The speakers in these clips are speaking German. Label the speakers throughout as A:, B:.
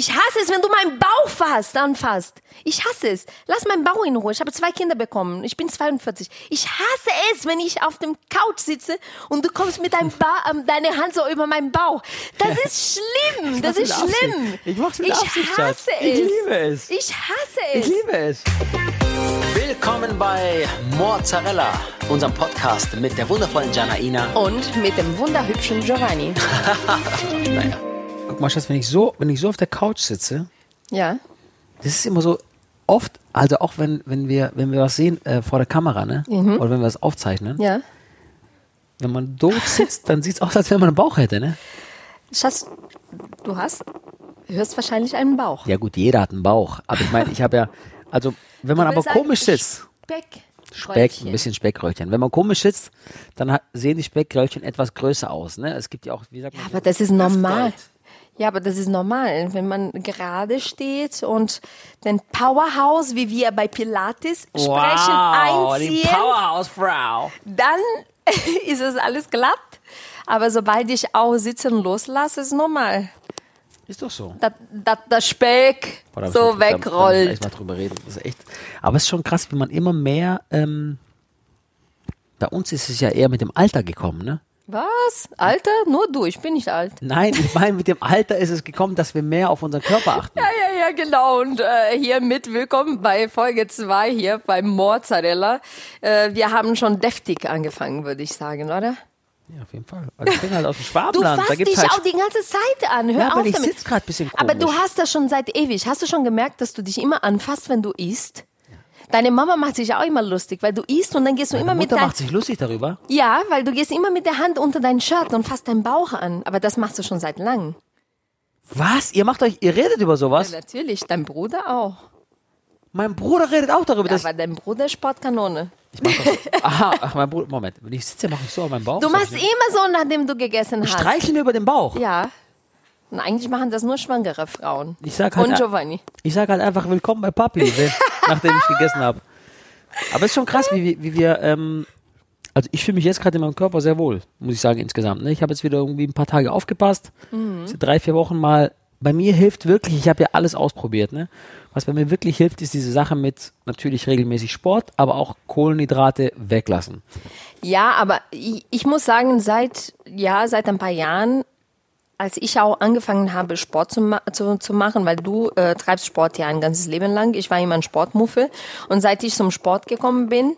A: es, wenn du meinen Bauch fasst, anfasst. Ich hasse es. Lass meinen Bauch in Ruhe. Ich habe zwei Kinder bekommen. Ich bin 42. Ich hasse es, wenn ich auf dem Couch sitze und du kommst mit deinem ba ähm, deiner Hand so über meinen Bauch. Das ist schlimm. Das ist
B: Absicht.
A: schlimm.
B: Ich mach's mit
A: Ich
B: Absicht, Schatz.
A: hasse
B: Ich
A: es.
B: liebe es.
A: Ich hasse
B: Ich
A: es.
B: liebe es.
C: Willkommen bei Mozzarella, unserem Podcast mit der wundervollen Janaina.
A: Und mit dem wunderhübschen Giovanni.
C: Naja.
B: Guck mal, Schatz, wenn ich so, wenn ich so auf der Couch sitze,
A: Ja.
B: das ist immer so oft, also auch wenn, wenn wir, wenn wir was sehen äh, vor der Kamera, ne? Oder wenn wir was aufzeichnen,
A: Mhm. Ja.
B: wenn man doof sitzt, dann sieht es aus, als wenn man einen Bauch hätte, ne?
A: Schatz, du hast höchstwahrscheinlich einen Bauch.
B: Ja gut, jeder hat einen Bauch. Aber ich meine, ich habe ja, also wenn man
A: Du
B: aber
A: willst ein
B: komisch sitzt,
A: Speck.
B: Speck, ein bisschen Speckröllchen. Wenn man komisch sitzt, dann hat, sehen die Speckröllchen etwas größer aus, ne? Es gibt ja auch, wie sagt man,
A: Aber das ist normal. Ja, aber das ist normal, wenn man gerade steht und den Powerhouse, wie wir bei Pilates sprechen,
B: wow, die
A: einziehen,
B: Powerhouse-Frau.
A: dann ist es alles glatt. Aber sobald ich auch sitzen loslasse, ist normal.
B: Ist doch so.
A: Dass dass der Speck
B: Boah, da hab
A: so
B: ich- da- da muss ich
A: wegrollt.
B: echt mal drüber reden. Das ist echt. Aber es ist schon krass, wie man immer mehr. Ähm, bei uns ist es ja eher mit dem Alter gekommen, ne?
A: Was? Alter? Nur du, ich bin nicht alt.
B: Nein, ich meine, mit dem Alter ist es gekommen, dass wir mehr auf unseren Körper achten.
A: Ja, ja, ja, genau. Und äh, hiermit willkommen bei Folge 2 hier beim Mozzarella. Äh, wir haben schon deftig angefangen, würde ich sagen, oder?
B: Ja, auf jeden Fall. Also ich bin halt aus dem
A: Du
B: Schwabenland. da
A: fasst
B: gibt's
A: dich
B: halt
A: auch die ganze Zeit an. Hör
B: Ja, aber
A: auf
B: ich
A: damit.
B: sitz grad bisschen
A: Aber du
B: komisch.
A: hast das schon seit ewig. Hast du schon gemerkt, dass du dich immer anfasst, wenn du isst? Deine Mama macht sich auch immer lustig, weil du isst und dann gehst du
B: Meine
A: immer mit
B: Mutter
A: dein,
B: macht sich lustig darüber.
A: ja, weil du gehst immer mit der Hand unter deinen Shirt und fasst deinen Bauch an. Aber das machst du schon seit langem.
B: Was? Ihr macht euch, ihr redet über sowas?
A: Ja, natürlich, dein Bruder auch.
B: Mein Bruder redet auch darüber. dass
A: aber dein Bruder ist Sportkanone.
B: ich mach das. Aha, ach, mein Bruder, Moment. Wenn ich sitze, mache ich so auf meinen Bauch.
A: Du
B: So,
A: machst
B: ich-
A: immer so, nachdem du gegessen hast.
B: Streicheln über den Bauch.
A: Ja. Und eigentlich machen das nur schwangere Frauen.
B: Ich sag halt-
A: Und Giovanni.
B: Ich sage halt einfach willkommen bei Papi, wenn, nachdem ich gegessen habe. Aber es ist schon krass, wie, wir- wie wir. Ähm, also ich fühle mich jetzt gerade in meinem Körper sehr wohl, muss ich sagen, insgesamt. Ne? Ich habe jetzt wieder irgendwie ein paar Tage aufgepasst.
A: Mhm.
B: Seit Drei, vier Wochen mal. Bei mir hilft wirklich, ich habe ja alles ausprobiert. Ne? Was bei mir wirklich hilft, ist diese Sache mit natürlich regelmäßig Sport, aber auch Kohlenhydrate weglassen.
A: Ja, aber ich, ich muss sagen, seit, ja, seit ein paar Jahren, als ich auch angefangen habe, Sport zu, ma zu, zu machen, weil du äh, treibst Sport ja ein ganzes Leben lang. Ich war immer ein Sportmuffel. Und seit ich zum Sport gekommen bin,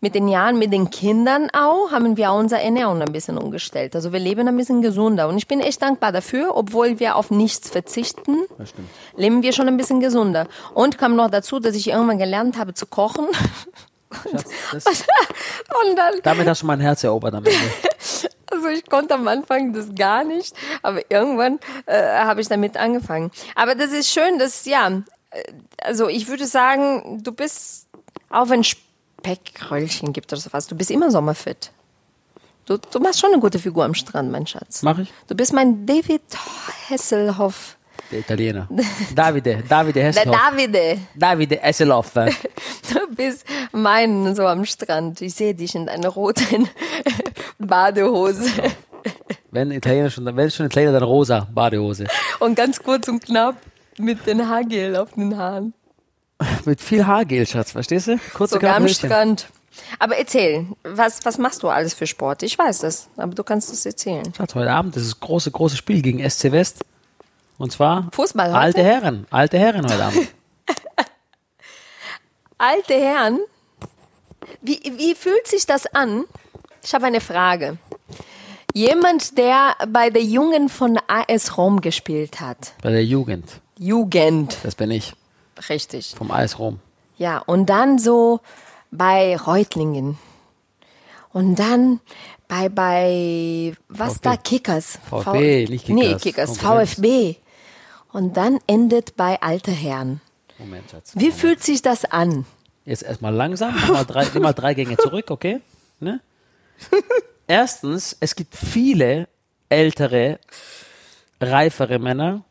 A: mit den Jahren, mit den Kindern auch, haben wir auch unsere Ernährung ein bisschen umgestellt. Also wir leben ein bisschen gesunder. Und ich bin echt dankbar dafür, obwohl wir auf nichts verzichten, leben wir schon ein bisschen gesunder. Und kam noch dazu, dass ich irgendwann gelernt habe zu kochen.
B: Schatz, das,
A: Und dann
B: damit hast du mein Herz erobert am Ende.
A: Also ich konnte am Anfang das gar nicht, aber irgendwann äh, habe ich damit angefangen. Aber das ist schön, dass ja, äh, also ich würde sagen, du bist auch wenn Speckröllchen gibt oder sowas, du bist immer sommerfit. Du, du machst schon eine gute Figur am Strand, mein Schatz.
B: Mach ich?
A: Du bist mein David Hesselhoff,
B: Der Italiener. Davide, Davide
A: der
B: Hesselhoff.
A: Davide.
B: Davide Hesselhoff. äh.
A: Du bist mein so am Strand. Ich sehe dich in deiner roten Badehose
B: Wenn Italiener schon, wenn schon Italiener, dann rosa Badehose.
A: und ganz kurz und knapp mit den Haargel auf den Haaren.
B: Mit viel Haargel, Schatz, verstehst du? Kurze
A: Sogar am
B: Knöpfchen.
A: Strand. Aber erzähl, was, was machst du alles für Sport? Ich weiß das, aber du kannst es erzählen.
B: Schatz, heute Abend ist das große, große Spiel gegen SC West. Und zwar
A: Fußball heute?
B: alte Herren. Alte Herren heute Abend.
A: Alte Herren, wie, wie fühlt sich das an? Ich habe eine Frage. Jemand, der bei der Jungen von AS Rom gespielt hat.
B: Bei der Jugend.
A: Jugend.
B: Das bin ich.
A: Richtig.
B: Vom Eis rum.
A: Ja, und dann so bei Reutlingen. Und dann bei, bei, was
B: VfB.
A: da, Kickers.
B: VfB,
A: V-
B: nicht Kickers.
A: Nee, Kickers,
B: Konkurrenz.
A: VfB. Und dann endet bei alte Herren.
B: Moment, Schatz.
A: Wie fühlt sich das an?
B: Jetzt erstmal langsam, nimm mal drei, nimm mal drei Gänge zurück, okay? Ne? Erstens, es gibt viele ältere, reifere Männer,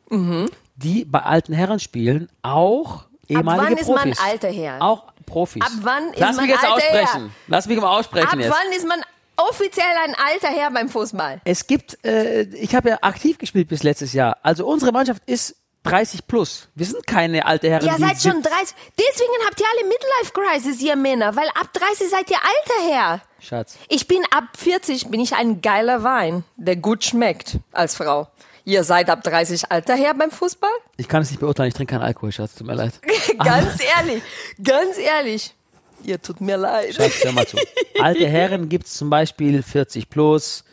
B: die bei alten Herren spielen, auch ehemalige
A: wann ist man
B: Profis.
A: alter Herr?
B: Auch Profis.
A: Ab wann ist
B: Lass
A: man
B: mich jetzt
A: alter Herr?
B: aussprechen. Lass mich mal aussprechen
A: Ab
B: jetzt.
A: wann ist man offiziell ein alter Herr beim Fußball?
B: äh, Es gibt, äh, ich habe ja aktiv gespielt bis letztes Jahr. Also unsere Mannschaft ist 30 plus. Wir sind keine alte Herren.
A: Ihr
B: die
A: seid
B: sieb-
A: schon 30. Deswegen habt ihr alle Midlife-Crisis, ihr Männer, weil ab 30 seid ihr alter her.
B: Schatz.
A: Ich bin ab 40, bin ich ein geiler Wein, der gut schmeckt als Frau. Ihr seid ab 30 alter her beim Fußball?
B: Ich kann es nicht beurteilen, ich trinke keinen Alkohol, Schatz, tut mir leid.
A: ganz ehrlich, ganz ehrlich. Ihr tut mir leid.
B: Schatz, hör mal zu. Alte Herren gibt es zum Beispiel 40 plus,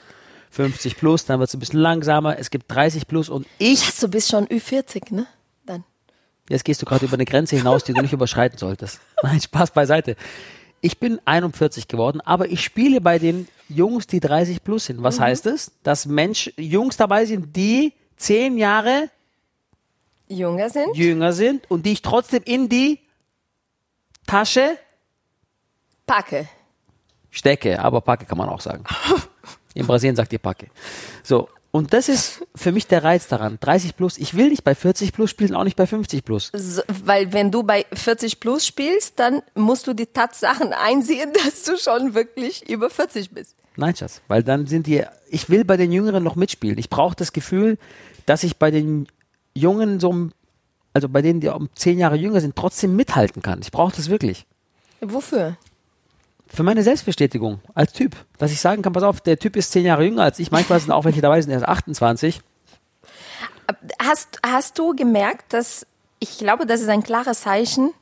B: 50 plus, dann wird es ein bisschen langsamer, es gibt 30 plus und
A: Ich? Schatz, du bist schon Ü40, ne? Dann.
B: jetzt gehst du gerade über eine Grenze hinaus, die du nicht überschreiten solltest. Nein, Spaß beiseite. Ich bin 41 geworden, aber ich spiele bei den Jungs, die 30 plus sind. Was heißt es? Dass Mensch, Jungs dabei sind, die 10 Jahre
A: Jünger sind?
B: jünger sind und die ich trotzdem in die Tasche
A: Packe.
B: Stecke, aber Packe kann man auch sagen. In Brasilien sagt ihr Packe. So, und das ist für mich der Reiz daran. 30 plus, ich will nicht bei 40 plus spielen, auch nicht bei 50 plus.
A: So, weil wenn du bei 40 plus spielst, dann musst du die Tatsachen einsehen, dass du schon wirklich über 40 bist.
B: Nein, Schatz, weil dann sind die, ich will bei den Jüngeren noch mitspielen. Ich brauche das Gefühl, dass ich bei den Jungen so, um- also bei denen, die um 10 Jahre jünger sind, trotzdem mithalten kann. Ich brauche das wirklich.
A: Wofür?
B: Für meine Selbstbestätigung als Typ, dass ich sagen kann, pass auf, der Typ ist 10 Jahre jünger als ich. Manchmal sind auch welche dabei, sind erst 28.
A: Hast, hast du gemerkt, dass ich glaube, das ist ein klares Zeichen,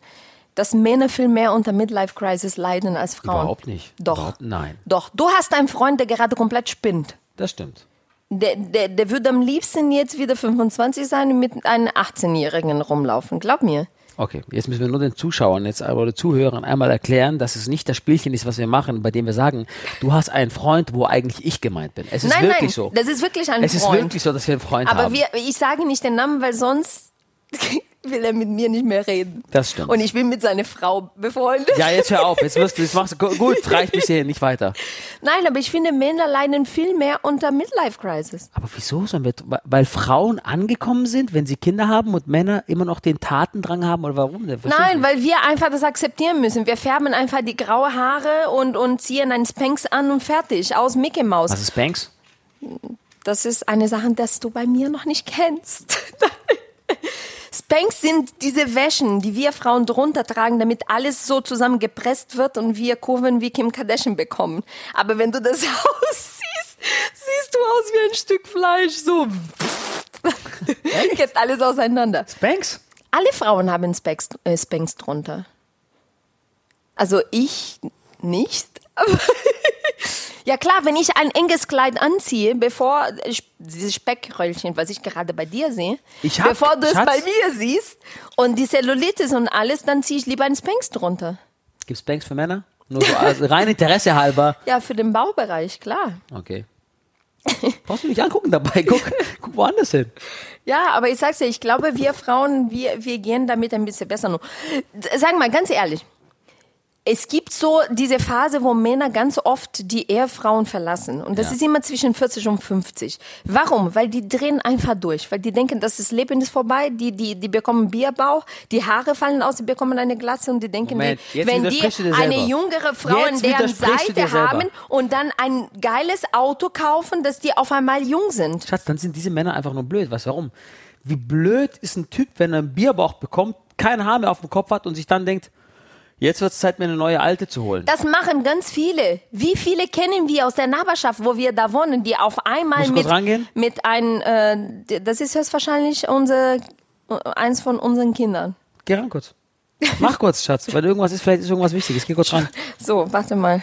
A: dass Männer viel mehr unter Midlife-Crisis leiden als Frauen?
B: Überhaupt nicht.
A: Doch.
B: Überhaupt, nein,
A: Doch, du hast einen Freund, der gerade komplett spinnt.
B: das stimmt.
A: Der, der, der würde am liebsten jetzt wieder 25 sein und mit einem 18-Jährigen rumlaufen. Glaub mir.
B: Okay, jetzt müssen wir nur den Zuschauern jetzt aber oder Zuhörern einmal erklären, dass es nicht das Spielchen ist, was wir machen, bei dem wir sagen, du hast einen Freund, wo eigentlich ich gemeint bin. Es ist
A: nein,
B: wirklich
A: nein,
B: so.
A: das ist wirklich ein
B: Es ist
A: Freund.
B: wirklich so, dass wir einen Freund
A: Aber
B: haben.
A: wir, ich sage nicht den Namen, weil sonst will er mit mir nicht mehr reden.
B: Das stimmt.
A: Und ich bin mit seiner Frau befreundet.
B: ja, jetzt hör auf, jetzt wirst du, jetzt machst du gu- gut, reicht bis hierhin, nicht weiter.
A: Nein, aber ich finde, Männer leiden viel mehr unter Midlife-Crisis.
B: Aber wieso sollen wir, weil Frauen angekommen sind, wenn sie Kinder haben und Männer immer noch den Tatendrang haben oder warum denn? Verstehe ich
A: Nein,
B: nicht.
A: weil wir einfach das akzeptieren müssen. Wir färben einfach die graue Haare und, und ziehen einen Spanx an und fertig. Aus Mickey Mouse.
B: Was ist Banks?
A: Das ist eine Sache, das du bei mir noch nicht kennst. Spanks sind diese Wäschen, die wir Frauen drunter tragen, damit alles so zusammengepresst wird und wir Kurven wie Kim Kardashian bekommen. Aber wenn du das aussiehst, siehst du aus wie ein Stück Fleisch. So geht alles auseinander.
B: Banks?
A: Alle Frauen haben Spanks, äh, Spanks drunter. Also ich nicht. aber- ja klar, wenn ich ein enges Kleid anziehe, bevor ich- dieses Speckröllchen, was ich gerade bei dir sehe,
B: Ich hab-
A: bevor du es
B: Schatz.
A: bei mir siehst und die Cellulitis und alles, dann ziehe ich lieber einen Spanks drunter.
B: Gibt's Banks für Männer? Nur so, also rein Interesse halber.
A: Ja, für den Baubereich, klar.
B: Okay. Brauchst du mich angucken dabei, guck, guck woanders hin.
A: Ja, aber ich sag's dir, ich glaube, wir Frauen, wir, wir gehen damit ein bisschen besser. um. D- Sag mal, ganz ehrlich. Es gibt so diese Phase, wo Männer ganz oft die Ehefrauen verlassen. Und das
B: Ja.
A: ist immer zwischen 40 und 50. Warum? Weil die drehen einfach durch. Weil die denken, das ist Leben ist vorbei. Die, die, die bekommen Bierbauch, die Haare fallen aus, die bekommen eine Glatze und die denken,
B: Moment,
A: die,
B: jetzt
A: wenn die
B: widersprichst du dir
A: eine
B: selber.
A: jüngere Frau an
B: Jetzt
A: deren
B: widersprichst du dir
A: Seite
B: selber.
A: haben und dann ein geiles Auto kaufen, dass die auf einmal jung sind.
B: Schatz, dann sind diese Männer einfach nur blöd. Weißt du warum? Wie blöd ist ein Typ, wenn er einen Bierbauch bekommt, kein Haar mehr auf dem Kopf hat und sich dann denkt, jetzt wird es Zeit, mir eine neue Alte zu holen.
A: Das machen ganz viele. Wie viele kennen wir aus der Nachbarschaft, wo wir da wohnen, die auf einmal
B: Muss ich
A: mit,
B: kurz rangehen?
A: mit einem, äh, d- das ist höchstwahrscheinlich unser, äh, eins von unseren Kindern.
B: Geh ran kurz. Mach kurz, Schatz, weil irgendwas ist, vielleicht ist irgendwas Wichtiges. Geh kurz ran.
A: So, warte mal.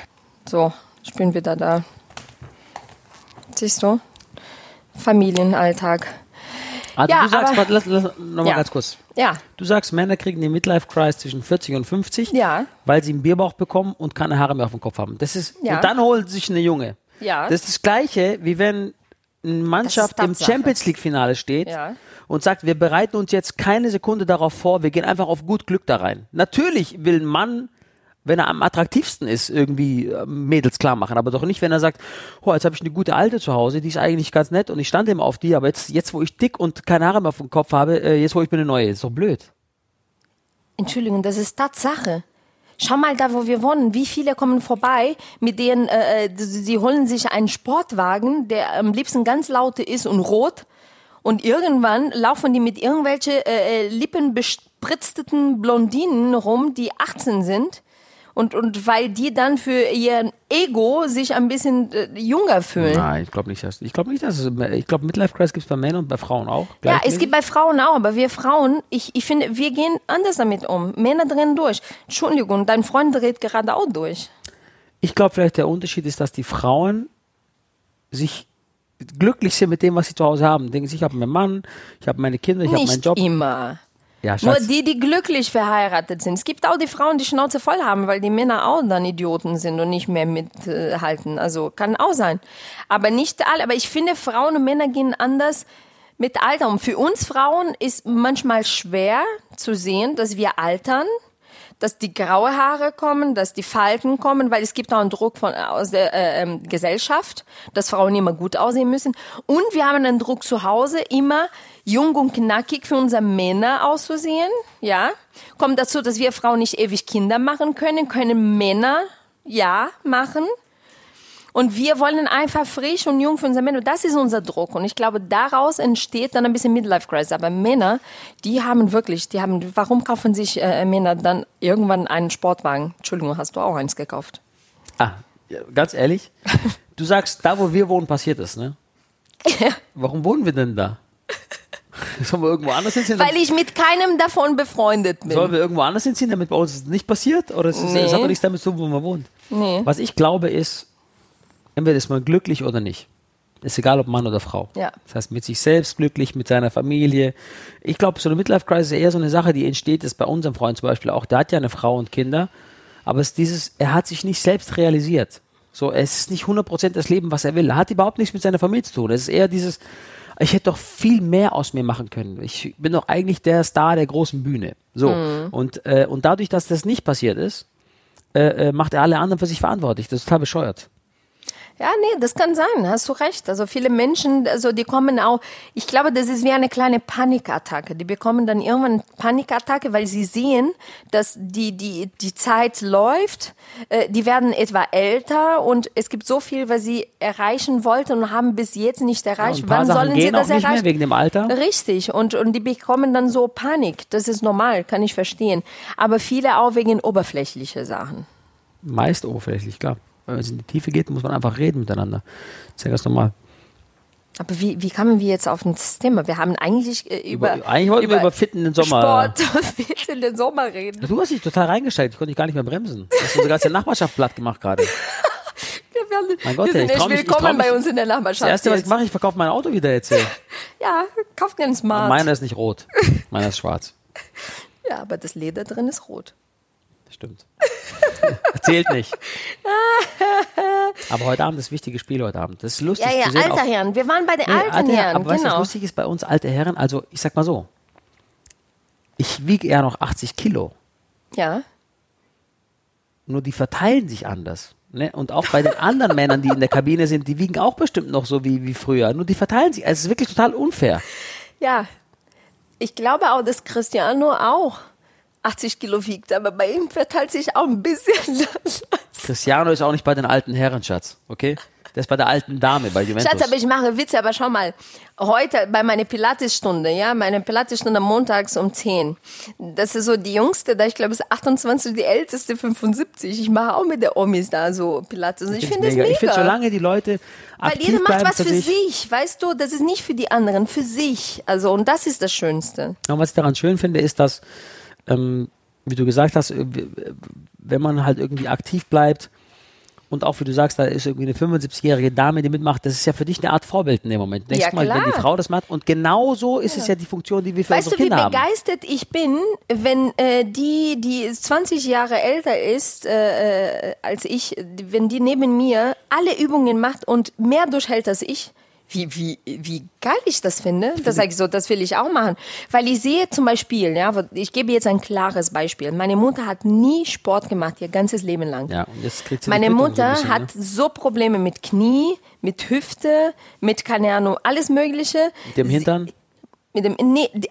A: So, ich bin wieder da. Siehst du? Familienalltag.
B: Also
A: Ja,
B: du sagst,
A: aber-
B: warte, lass, lass, nochmal
A: Ja.
B: ganz kurz.
A: Ja,
B: Du sagst, Männer kriegen den Midlife-Crisis zwischen 40 und 50,
A: Ja.
B: weil sie einen Bierbauch bekommen und keine Haare mehr auf dem Kopf haben. Das ist,
A: Ja.
B: Und dann holen sie sich eine Junge.
A: Ja.
B: Das ist das Gleiche, wie wenn eine Mannschaft im
A: Tatsache.
B: Champions League-Finale steht
A: Ja.
B: und sagt, wir bereiten uns jetzt keine Sekunde darauf vor, wir gehen einfach auf gut Glück da rein. Natürlich will ein Mann, wenn er am attraktivsten ist, irgendwie äh, Mädels klar machen, aber doch nicht, wenn er sagt, oh, jetzt habe ich eine gute Alte zu Hause, die ist eigentlich ganz nett und ich stand immer auf die, aber jetzt, jetzt wo ich dick und keine Haare mehr auf dem Kopf habe, äh, jetzt hole ich mir eine neue. Ist doch blöd.
A: Entschuldigung, das ist Tatsache. Schau mal da, wo wir wohnen, wie viele kommen vorbei, mit denen äh, äh, sie sie holen sich einen Sportwagen, der am liebsten ganz laute ist und rot. Und irgendwann laufen die mit irgendwelche äh, äh, lippenbespritzten Blondinen rum, die 18 sind. Und, und weil die dann für ihr Ego sich ein bisschen äh, jünger fühlen.
B: Nein, ich glaube nicht, dass ich glaube nicht, dass es, ich glaube Midlife Crisis gibt es bei Männern und bei Frauen
A: Ja,
B: auch.
A: es
B: gleichmäßig.
A: gibt bei Frauen auch, aber wir Frauen, ich, ich finde, wir gehen anders damit um. Männer drehen durch. Entschuldigung, dein Freund dreht gerade auch durch.
B: Ich glaube vielleicht der Unterschied ist, dass die Frauen sich glücklich sind mit dem, was sie zu Hause haben. Denken sich, ich habe meinen Mann, ich habe meine Kinder, ich habe meinen
A: Nicht
B: Job.
A: immer.
B: Ja,
A: Nur
B: Schatz,
A: die, die glücklich verheiratet sind. Es gibt auch die Frauen, die Schnauze voll haben, weil die Männer auch dann Idioten sind und nicht mehr mithalten. Also kann auch sein. Aber nicht alle. Aber ich finde, Frauen und Männer gehen anders mit Alter um. Für uns Frauen ist manchmal schwer zu sehen, dass wir altern dass die graue Haare kommen, dass die Falten kommen, weil es gibt auch einen Druck von aus der äh, ähm, Gesellschaft, dass Frauen immer gut aussehen müssen. Und wir haben einen Druck zu Hause, immer jung und knackig für unsere Männer auszusehen. Ja, kommt dazu, dass wir Frauen nicht ewig Kinder machen können, können Männer ja machen. Und wir wollen einfach frisch und jung für unsere Männer. Das ist unser Druck. Und ich glaube, daraus entsteht dann ein bisschen Midlife Crisis. Aber Männer, die haben wirklich, die haben, warum kaufen sich äh, Männer dann irgendwann einen Sportwagen? Entschuldigung, hast du auch eins gekauft?
B: ah, ja, ganz ehrlich, du sagst, da wo wir wohnen, passiert es, ne? Warum wohnen wir denn da? Sollen wir irgendwo anders hinziehen?
A: Weil ich mit keinem davon befreundet bin.
B: Sollen wir irgendwo anders hinziehen, damit bei uns es nicht passiert? Oder es, ist,
A: Nee.
B: es hat doch nichts damit zu tun, wo man wohnt?
A: Nee.
B: Was ich glaube ist, entweder ist man glücklich oder nicht. Ist egal, ob Mann oder Frau.
A: Ja.
B: Das heißt, mit sich selbst glücklich, mit seiner Familie. Ich glaube, so eine Midlife-Crisis ist eher so eine Sache, die entsteht, ist bei unserem Freund zum Beispiel auch. Der hat ja eine Frau und Kinder, aber es ist dieses, er hat sich nicht selbst realisiert. So, es ist nicht 100% das Leben, was er will. Er hat überhaupt nichts mit seiner Familie zu tun. Es ist eher dieses, ich hätte doch viel mehr aus mir machen können. Ich bin doch eigentlich der Star der großen Bühne. So.
A: Mhm.
B: Und, äh, und dadurch, dass das nicht passiert ist, äh, äh, macht er alle anderen für sich verantwortlich. Das ist total bescheuert.
A: Ja, nee, das kann sein, hast du recht. Also viele Menschen, also die kommen auch, ich glaube, das ist wie eine kleine Panikattacke. Die bekommen dann irgendwann Panikattacke, weil sie sehen, dass die, die, die Zeit läuft, äh, die werden etwa älter und es gibt so viel, was sie erreichen wollten und haben bis jetzt nicht erreicht.
B: Und ein paar
A: Wann
B: Sachen
A: sollen
B: gehen
A: sie das
B: auch nicht mehr
A: erreichen?
B: wegen dem Alter.
A: Richtig, und, und die bekommen dann so Panik. Das ist normal, kann ich verstehen. Aber viele auch wegen oberflächlicher Sachen.
B: Meist oberflächlich, klar. Wenn es in die Tiefe geht, muss man einfach reden miteinander. Das ist ja ganz normal.
A: Aber wie, wie kamen wir jetzt auf das Thema? Wir haben eigentlich äh, über,
B: Über- eigentlich wollten wir über Fitten den Sommer-
A: Sport und Fit in den Sommer reden.
B: Du hast dich total reingesteigt. Ich konnte dich gar nicht mehr bremsen. Du hast unsere ganze Nachbarschaft platt gemacht gerade.
A: Wir, werden,
B: Mein Gott,
A: wir
B: ey,
A: sind
B: ich trau
A: echt
B: mich- ich trau
A: willkommen bei
B: mich-
A: uns in der
B: Das
A: Nachbarschaft.
B: Erste, was ich
A: jetzt.
B: mache, ich verkaufe mein Auto wieder jetzt. Hier.
A: Ja, kauft dir einen Smart.
B: Meiner ist nicht rot. Meiner ist schwarz.
A: ja, aber das Leder drin ist rot.
B: Stimmt. Zählt nicht. Aber heute Abend ist wichtiges Spiel heute Abend. Das ist lustig
A: Ja, ja,
B: zu sehen.
A: alter
B: auch-
A: Herren. Wir waren bei den
B: Nee,
A: alten
B: alte Herren,
A: Herren,
B: Aber weißt du, was
A: genau.
B: lustig ist bei uns, alte Herren? Also, ich sag mal so. Ich wiege eher noch 80 Kilo.
A: ja.
B: Nur die verteilen sich anders. Ne? Und auch bei den anderen Männern, die in der Kabine sind, die wiegen auch bestimmt noch so wie, wie früher. Nur die verteilen sich. Also, es ist wirklich total unfair.
A: ja. Ich glaube auch, dass Cristiano auch 80 Kilo wiegt, aber bei ihm verteilt sich auch ein bisschen.
B: Cristiano ist auch nicht bei den alten Herren, Schatz. Okay? Der ist bei der alten Dame, bei Juventus.
A: Schatz, aber ich mache Witze, aber schau mal, heute bei meiner Pilatesstunde, ja, meine Pilatesstunde montags um 10. Das ist so die jüngste, da ich glaube, es ist 28, die älteste 75. Ich mache auch mit der Omis da so Pilates. Und ich finde es mega.
B: Ich finde, solange die Leute
A: weil
B: aktiv
A: jeder macht
B: bleiben
A: was für
B: sich-
A: sich, weißt du, das ist nicht für die anderen, für sich. Also, und das ist das Schönste.
B: Und was ich daran schön finde, ist, dass, ähm, wie du gesagt hast, äh, w- w- wenn man halt irgendwie aktiv bleibt und auch wie du sagst, da ist irgendwie eine 75-jährige Dame, die mitmacht, das ist ja für dich eine Art Vorbild in dem Moment. Denkst
A: Ja,
B: du mal, wenn die
A: klar.
B: Frau das macht. Und genau so ist es ja die Funktion, die wir für
A: Weißt
B: unsere
A: du, wie
B: Kinder haben.
A: begeistert ich bin, wenn äh, die, die 20 Jahre älter ist äh, äh, als ich, wenn die neben mir alle Übungen macht und mehr durchhält als ich? Wie, wie, wie geil ich das finde. Das sage ich so, das will ich auch machen. Weil ich sehe zum Beispiel, ja, wo- ich gebe jetzt ein klares Beispiel. Meine Mutter hat nie Sport gemacht, ihr ganzes Leben lang.
B: Ja, und jetzt kriegt sie
A: Meine
B: die Quittung so
A: Mutter
B: ein bisschen,
A: hat
B: ne?
A: so Probleme mit Knie, mit Hüfte, mit keine Ahnung, alles Mögliche.
B: Mit dem
A: Sie-
B: Hintern?
A: Mit dem, nee, die-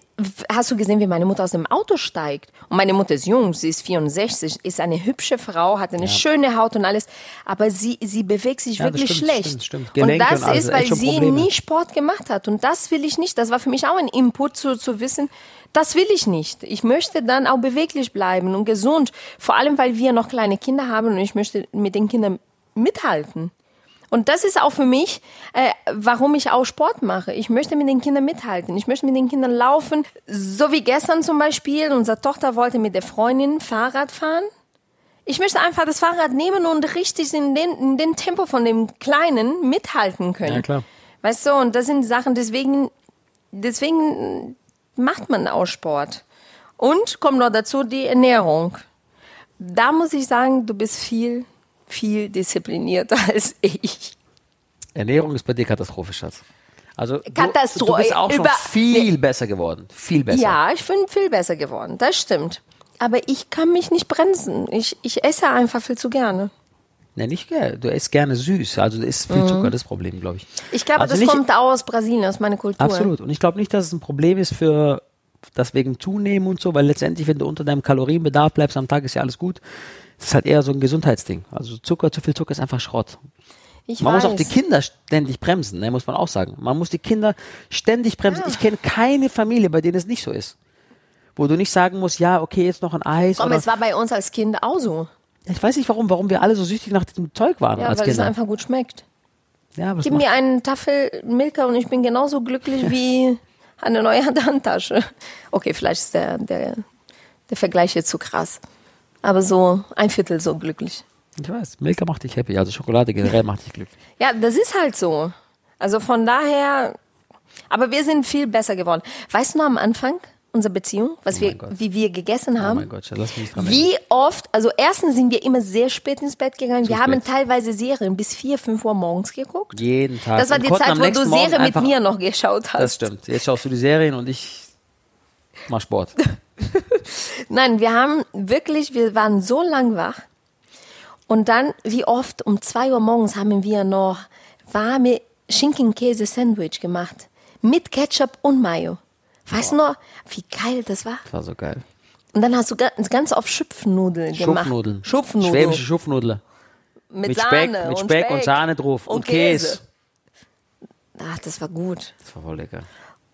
A: hast du gesehen, wie meine Mutter aus dem Auto steigt? Und meine Mutter ist jung, sie ist 64, ist eine hübsche Frau, hat eine schöne Haut und alles, aber sie, sie bewegt sich
B: Ja, das
A: wirklich
B: stimmt,
A: schlecht.
B: stimmt, stimmt.
A: Und
B: Gelenke
A: das
B: und alles,
A: ist,
B: echt
A: weil
B: schon
A: sie
B: Probleme.
A: nie Sport gemacht hat. Und das will ich nicht. Das war für mich auch ein Input zu, zu wissen, das will ich nicht. Ich möchte dann auch beweglich bleiben und gesund. Vor allem, weil wir noch kleine Kinder haben und ich möchte mit den Kindern mithalten. Und das ist auch für mich, äh, warum ich auch Sport mache. Ich möchte mit den Kindern mithalten. Ich möchte mit den Kindern laufen. So wie gestern zum Beispiel. Unsere Tochter wollte mit der Freundin Fahrrad fahren. Ich möchte einfach das Fahrrad nehmen und richtig in den, in den Tempo von dem Kleinen mithalten können.
B: Ja, klar.
A: Weißt du, und das sind Sachen, deswegen, deswegen macht man auch Sport. Und kommt noch dazu die Ernährung. Da muss ich sagen, du bist viel, viel disziplinierter als ich.
B: Ernährung ist bei dir Katastrophe, Schatz. Also du-
A: Katastro-
B: du bist auch schon
A: über-
B: viel besser geworden. Viel besser.
A: Ja, ich bin viel besser geworden, das stimmt. Aber ich kann mich nicht bremsen. Ich, ich esse einfach viel zu gerne.
B: Nee, nicht gerne. Du isst gerne süß. Also da ist viel Zucker das Problem, glaube ich.
A: Mhm. Ich glaube,
B: Also
A: das
B: nicht-
A: kommt auch aus Brasilien, aus meiner Kultur.
B: Absolut. Und ich glaube nicht, dass es ein Problem ist für das wegen Zunehmen und so, weil letztendlich, wenn du unter deinem Kalorienbedarf bleibst am Tag, ist ja alles gut. Das ist halt eher so ein Gesundheitsding. Also Zucker, zu viel Zucker ist einfach Schrott.
A: Ich
B: Man
A: weiß.
B: muss auch die Kinder ständig bremsen, ne, muss man auch sagen. Man muss die Kinder ständig bremsen. Ich kenne keine Familie, bei denen es nicht so ist. Wo du nicht sagen musst, ja, okay, jetzt noch ein Eis.
A: Komm,
B: Oder,
A: es war bei uns als Kind auch so.
B: ich weiß nicht warum, warum wir alle so süchtig nach diesem Zeug waren
A: Ja,
B: als
A: weil es
B: Kinder.
A: einfach gut schmeckt.
B: Ja, aber es
A: Gib
B: macht-
A: mir einen Tafel Milka und ich bin genauso glücklich wie eine neue Handtasche. Okay, vielleicht ist der, der, der Vergleich jetzt zu krass. Aber so ein Viertel so glücklich.
B: ich weiß, Milka macht dich happy. Also Schokolade generell macht dich glücklich.
A: Ja, das ist halt so. Also von daher, aber wir sind viel besser geworden. Weißt du noch am Anfang unserer Beziehung, was wir,
B: Oh Gott.
A: wie wir gegessen
B: Oh
A: haben?
B: mein Gott, Schatz, lass mich nicht dran denken.
A: Um, Wie oft, also erstens sind wir immer sehr spät ins Bett gegangen. wir haben
B: spät.
A: teilweise Serien bis 4, 5 Uhr morgens geguckt.
B: Jeden Tag.
A: Das war
B: Und
A: die
B: konnten
A: Zeit,
B: am
A: wo du
B: nächsten Morgen
A: Serien mit
B: einfach-
A: mir noch geschaut hast.
B: Das stimmt. Jetzt schaust du die Serien und ich mach Sport.
A: Nein, wir haben wirklich, wir waren so lang wach. Und dann, wie oft, um 2 Uhr morgens haben wir noch warme Schinkenkäse-Sandwich gemacht. Mit Ketchup und Mayo. Weißt du noch, wie geil das war?
B: Das war so geil.
A: Und dann hast du ganz, ganz oft Schupfnudeln gemacht.
B: Schupfnudeln.
A: Schupfnudeln.
B: Schwäbische Schupfnudeln.
A: mit,
B: Mit
A: Sahne
B: Speck, mit Speck und Sahne drauf. Und, Käse.
A: Ach, das war gut.
B: Das war voll lecker.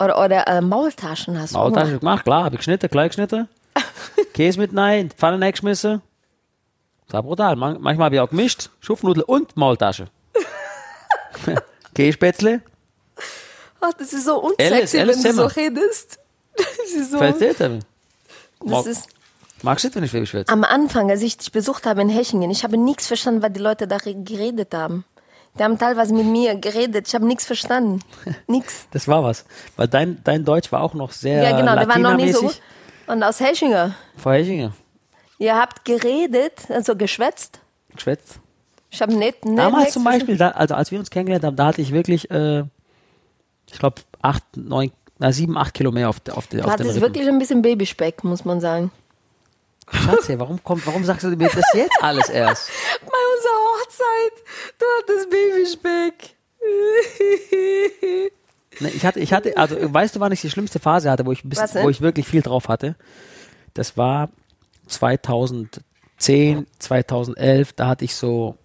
A: Oder, oder äh, Maultaschen hast du
B: Maultasche
A: gemacht.
B: gemacht, klar. Hab ich geschnitten, klein geschnitten. Käse mit rein, Pfanne reingeschmissen. Das war brutal. Man manchmal habe ich auch gemischt. Schupfnudel und Maultasche. Käsespätzle.
A: Ach, Oh, das ist so
B: Alice,
A: unsexy,
B: Alice
A: wenn du so
B: Zimmer.
A: redest. Das ist so...
B: Fällt dir das?
A: Das ist...
B: Magst du das, wenn ich Schwäbisch werde?
A: Am Anfang, als ich dich besucht habe in Hechingen, ich habe nichts verstanden, was die Leute da re- geredet haben. Die haben teilweise mit mir geredet, ich habe nichts verstanden. Nix.
B: Das war was. Weil dein, dein Deutsch war auch noch sehr
A: Ja, genau, der war noch nicht so gut.
B: latinamäßig.
A: Und aus Hechinger,
B: Frau Hechinger,
A: ihr habt geredet, also geschwätzt.
B: geschwätzt.
A: Ich habe nicht, nicht
B: Damals
A: nichts
B: zum Beispiel, da, also als wir uns kennengelernt haben, da hatte ich wirklich, äh, ich glaube, acht, neun, na, sieben, acht Kilo mehr auf, de- auf, de,
A: verstanden.
B: auf
A: Hat
B: den
A: es
B: Rippen.
A: wirklich ein bisschen Babyspeck, muss man sagen.
B: Schatz, ey, warum, kommt, warum sagst du mir das jetzt alles erst?
A: Bei unserer Hochzeit, du hattest Babyspeck.
B: Ne, ich hatte, ich hatte, also weißt du, wann ich die schlimmste Phase hatte, wo ich, ein bisschen-
A: Was denn?
B: wo ich wirklich viel drauf hatte? Das war 2010, 2011, da hatte ich so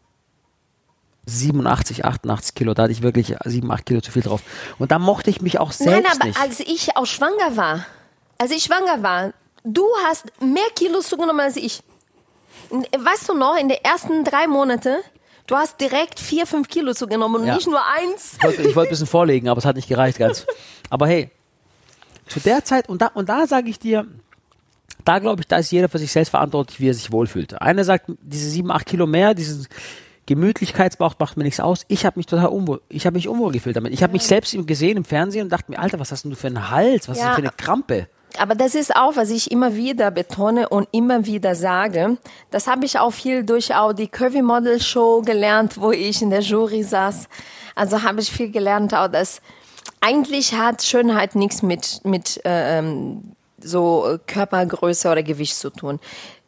B: 87, 88 Kilo, da hatte ich wirklich 7, 8 Kilo zu viel drauf. Und da mochte ich mich auch selbst
A: Nein, aber
B: nicht.
A: als ich auch schwanger war, als ich schwanger war, du hast mehr Kilos zugenommen als ich. Und, äh, Weißt du noch, in den ersten drei Monaten, du hast direkt vier, fünf Kilo zugenommen und
B: Ja.
A: nicht nur eins.
B: Ich wollte, ich wollte ein bisschen vorlegen, aber es hat nicht gereicht ganz. Aber hey, zu der Zeit, und da, und da sage ich dir, da glaube ich, da ist jeder für sich selbst verantwortlich, wie er sich wohlfühlt. Einer sagt, diese sieben, acht Kilo mehr, dieses Gemütlichkeitsbauch macht mir nichts aus. Ich habe mich total unwohl, ich habe mich unwohl gefühlt damit. Ich habe mich selbst im- gesehen im Fernsehen und dachte mir, Alter, was hast denn du für einen Hals? Was
A: Ja.
B: ist denn für eine Krampe?
A: Aber das ist auch, was ich immer wieder betone und immer wieder sage. Das habe ich auch viel durch auch die Curvy Model Show gelernt, wo ich in der Jury saß. Also habe ich viel gelernt, auch dass eigentlich hat Schönheit nichts mit, mit ähm, so äh, Körpergröße oder Gewicht zu tun.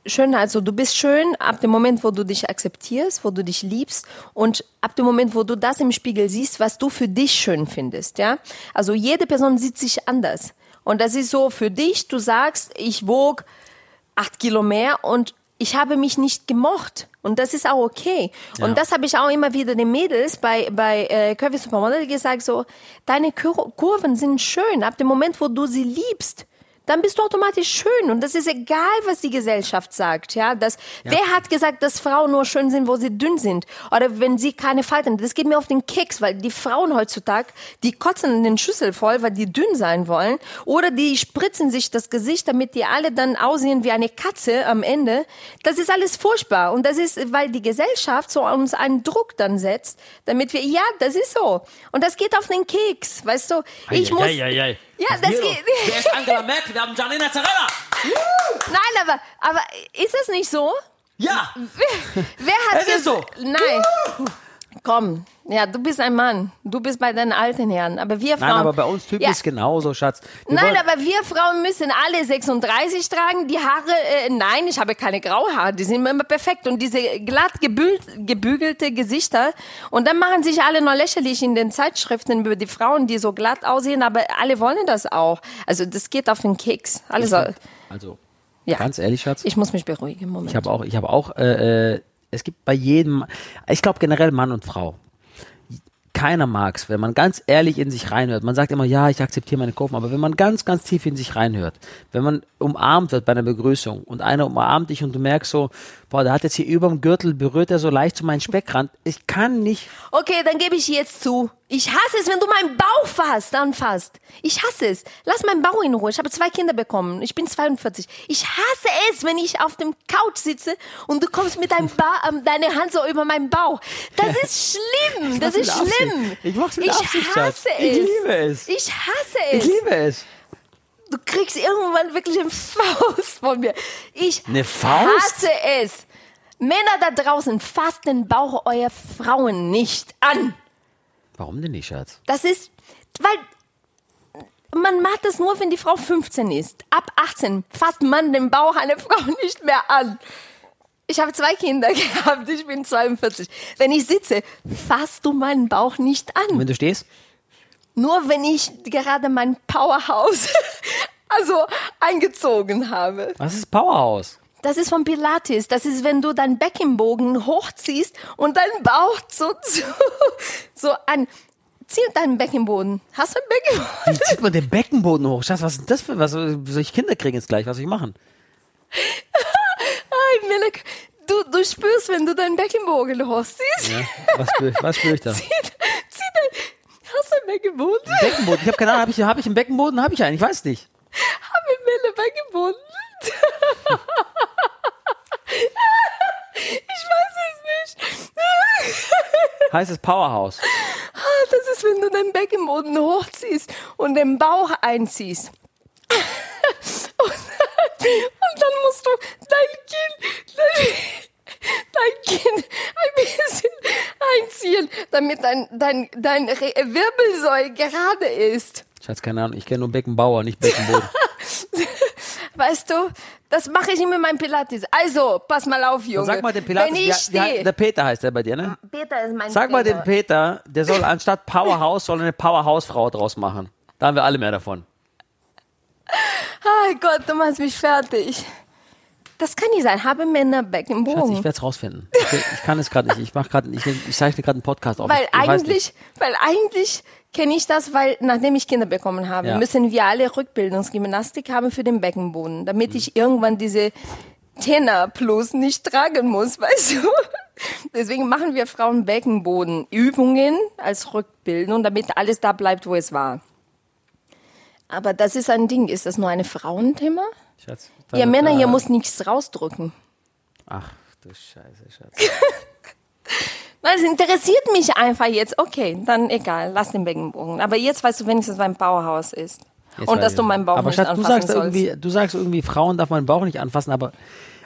A: Schönheit, so du bist schön ab dem Moment, wo du dich akzeptierst, wo du dich liebst und ab dem Moment, wo du das im Spiegel siehst, was du für dich schön findest, ja? Also jede Person sieht sich anders. Und das ist so für dich, du sagst, ich wog acht Kilo mehr und ich habe mich nicht gemocht. Und das ist auch okay.
B: Ja.
A: Und das habe ich auch immer wieder den Mädels bei, bei äh, Curvy Supermodel gesagt, so, deine Kur Kurven sind schön. Ab dem Moment, wo du sie liebst, dann bist du automatisch schön. Und das ist egal, was die Gesellschaft sagt. Ja, das, Wer hat gesagt, dass Frauen nur schön sind, wo sie dünn sind? Oder wenn sie keine Falten Das geht mir auf den Keks, weil die Frauen heutzutage, die kotzen in den Schüssel voll, weil die dünn sein wollen. Oder die spritzen sich das Gesicht, damit die alle dann aussehen wie eine Katze am Ende. Das ist alles furchtbar. Und das ist, weil die Gesellschaft so uns einen Druck dann setzt, damit wir, ja, das ist so. Und das geht auf den Keks, weißt du. Ich muss,
B: Ja, ja, ja.
A: Ja, das geht.
B: Wer ist Angela Merkel? Wir haben Janina Zarella.
A: Nein, aber, aber ist es nicht so?
B: Ja.
A: Mhm. Wer hat
B: Es ist
A: ges-
B: so.
A: Nein. Komm, ja, du bist ein Mann. Du bist bei deinen alten Herren. Aber wir Frauen.
B: Nein, aber bei uns Typ
A: Ja.
B: ist genauso, Schatz. Wir
A: Nein,
B: wollen-
A: aber wir Frauen müssen alle 36 tragen. Die Haare, äh, nein, ich habe keine Grauhaare. Die sind immer perfekt. Und diese glatt gebügelt, gebügelte Gesichter. Und dann machen sich alle noch lächerlich in den Zeitschriften über die Frauen, die so glatt aussehen. Aber alle wollen das auch. Also, das geht auf den Keks. Alles, au-
B: Also,
A: ja.
B: ganz ehrlich, Schatz.
A: Ich muss mich beruhigen. Moment.
B: Ich habe auch, ich habe auch, äh, äh, es gibt bei jedem, ich glaube generell Mann und Frau. Keiner mag es, wenn man ganz ehrlich in sich reinhört. Man sagt immer, ja, ich akzeptiere meine Kurven, aber wenn man ganz, ganz tief in sich reinhört, wenn man umarmt wird bei einer Begrüßung und einer umarmt dich und du merkst so, boah, der hat jetzt hier überm Gürtel berührt er so leicht zu meinen Speckrand. Ich kann nicht.
A: Okay, dann gebe ich jetzt zu. Ich hasse es, wenn du meinen Bauch fasst, anfasst. Ich hasse es. Lass meinen Bauch in Ruhe. Ich habe zwei Kinder bekommen. Ich bin 42. Ich hasse es, wenn ich auf dem Couch sitze und du kommst mit deinem ba ähm, deine Hand so über meinen Bauch. Das ist schlimm. Das
B: mach's
A: ist
B: mit Absicht.
A: schlimm.
B: Ich mach's mit
A: ich
B: Absicht, Schatz.
A: hasse
B: Ich
A: es.
B: liebe es.
A: Ich hasse
B: Ich
A: es.
B: liebe es.
A: du kriegst irgendwann wirklich eine Faust von mir. Ich
B: Eine Faust?
A: hasse es. Männer da draußen, fasst den Bauch eurer Frauen nicht an.
B: Warum denn nicht, Schatz?
A: Das ist, weil man macht das nur, wenn die Frau 15 ist. Ab 18 fasst man den Bauch einer Frau nicht mehr an. Ich habe zwei Kinder gehabt, ich bin 42. Wenn ich sitze, fasst du meinen Bauch nicht an.
B: Und wenn du stehst?
A: Nur wenn ich gerade mein Powerhouse also eingezogen habe.
B: Was ist Powerhouse?
A: Das ist von Pilates. Das ist, wenn du deinen Beckenbogen hochziehst und deinen Bauch so, so, so an. Zieh deinen Beckenboden. Hast du einen Beckenboden?
B: Wie zieht man den Beckenboden hoch? Schatz, was ist das für was? Soll ich Kinder kriegen jetzt gleich? Was soll ich machen?
A: Nein, Melek, du, du spürst, wenn du deinen Beckenbogen hochziehst.
B: Ja, was, spür- was spüre ich da?
A: Zieh, dein- zieh dein, hast du einen Beckenboden?
B: Beckenboden. Ich habe keine Ahnung, habe ich, hab ich einen Beckenboden? Habe ich einen? Ich weiß nicht.
A: Hab ich Melle Beckenboden? ich weiß es nicht.
B: Heißt es Powerhouse.
A: Ah, Das ist, wenn du deinen Beckenboden hochziehst und den Bauch einziehst. Und, und dann musst du dein Kinn, dein, dein Kinn ein bisschen einziehen, damit dein, dein, dein Re- Wirbelsäule gerade ist.
B: Schatz, keine Ahnung. Ich kenne nur Beckenbauer, nicht Beckenboden.
A: Weißt du, das mache ich immer in meinem Pilates. Also, pass mal auf, Junge.
B: Sag mal den Pilates.
A: Wenn ich
B: wie- wie-
A: stehe.
B: der Peter heißt der bei dir, ne?
A: Peter ist mein
B: Sag mal
A: Trainer.
B: den Peter, der soll anstatt Powerhouse, soll eine Powerhouse-Frau draus machen. Da haben wir alle mehr davon.
A: Oh Gott, du machst mich fertig. Das kann nicht sein. Habe Männer
B: Schatz, ich
A: Beckenbogen.
B: werde es rausfinden. Ich, ich kann es gerade nicht. Ich, mach grad, ich, ich zeichne gerade einen Podcast auf.
A: Weil
B: ich, ich weiß nicht.
A: eigentlich, weil eigentlich kenne ich das, weil nachdem ich Kinder bekommen habe,
B: Ja.
A: müssen wir alle Rückbildungsgymnastik haben für den Beckenboden, damit ich irgendwann diese Tenner plus nicht tragen muss, weißt du? Deswegen machen wir Frauen Beckenbodenübungen als Rückbildung, damit alles da bleibt, wo es war. Aber das ist ein Ding. Ist das nur ein Frauenthema?
B: Schatz,
A: Ihr
B: damit,
A: Männer,
B: äh,
A: ihr müsst nichts rausdrücken.
B: Ach du Scheiße, Schatz.
A: Nein, es interessiert mich einfach jetzt. Okay, dann egal, lass den Beckenbogen. Aber jetzt weißt du wenigstens, was mein Bauhaus ist.
B: Jetzt
A: und
B: weiß
A: dass
B: ich
A: du
B: es.
A: meinen Bauch
B: aber
A: nicht
B: Schatz,
A: anfassen
B: du sagst
A: sollst.
B: irgendwie, du sagst irgendwie, Frauen darf meinen Bauch nicht anfassen, aber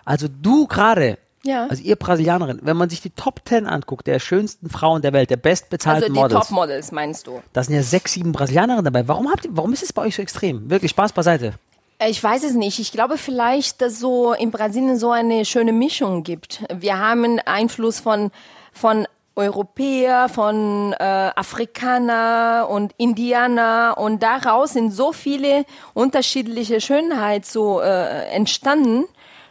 B: also du gerade,
A: Ja.
B: also ihr Brasilianerin, wenn man sich die Top Ten anguckt, der schönsten Frauen der Welt, der
A: also
B: bestbezahlten
A: die
B: halt Models,
A: Topmodels meinst du?
B: da sind ja sechs, sieben Brasilianerinnen dabei. Warum habt ihr, warum ist es bei euch so extrem? Wirklich Spaß beiseite.
A: Äh, Ich weiß es nicht. Ich glaube vielleicht, dass so in Brasilien so eine schöne Mischung gibt. Wir haben Einfluss von von Europäer, von äh, Afrikaner und Indianer und daraus sind so viele unterschiedliche Schönheit so äh, entstanden,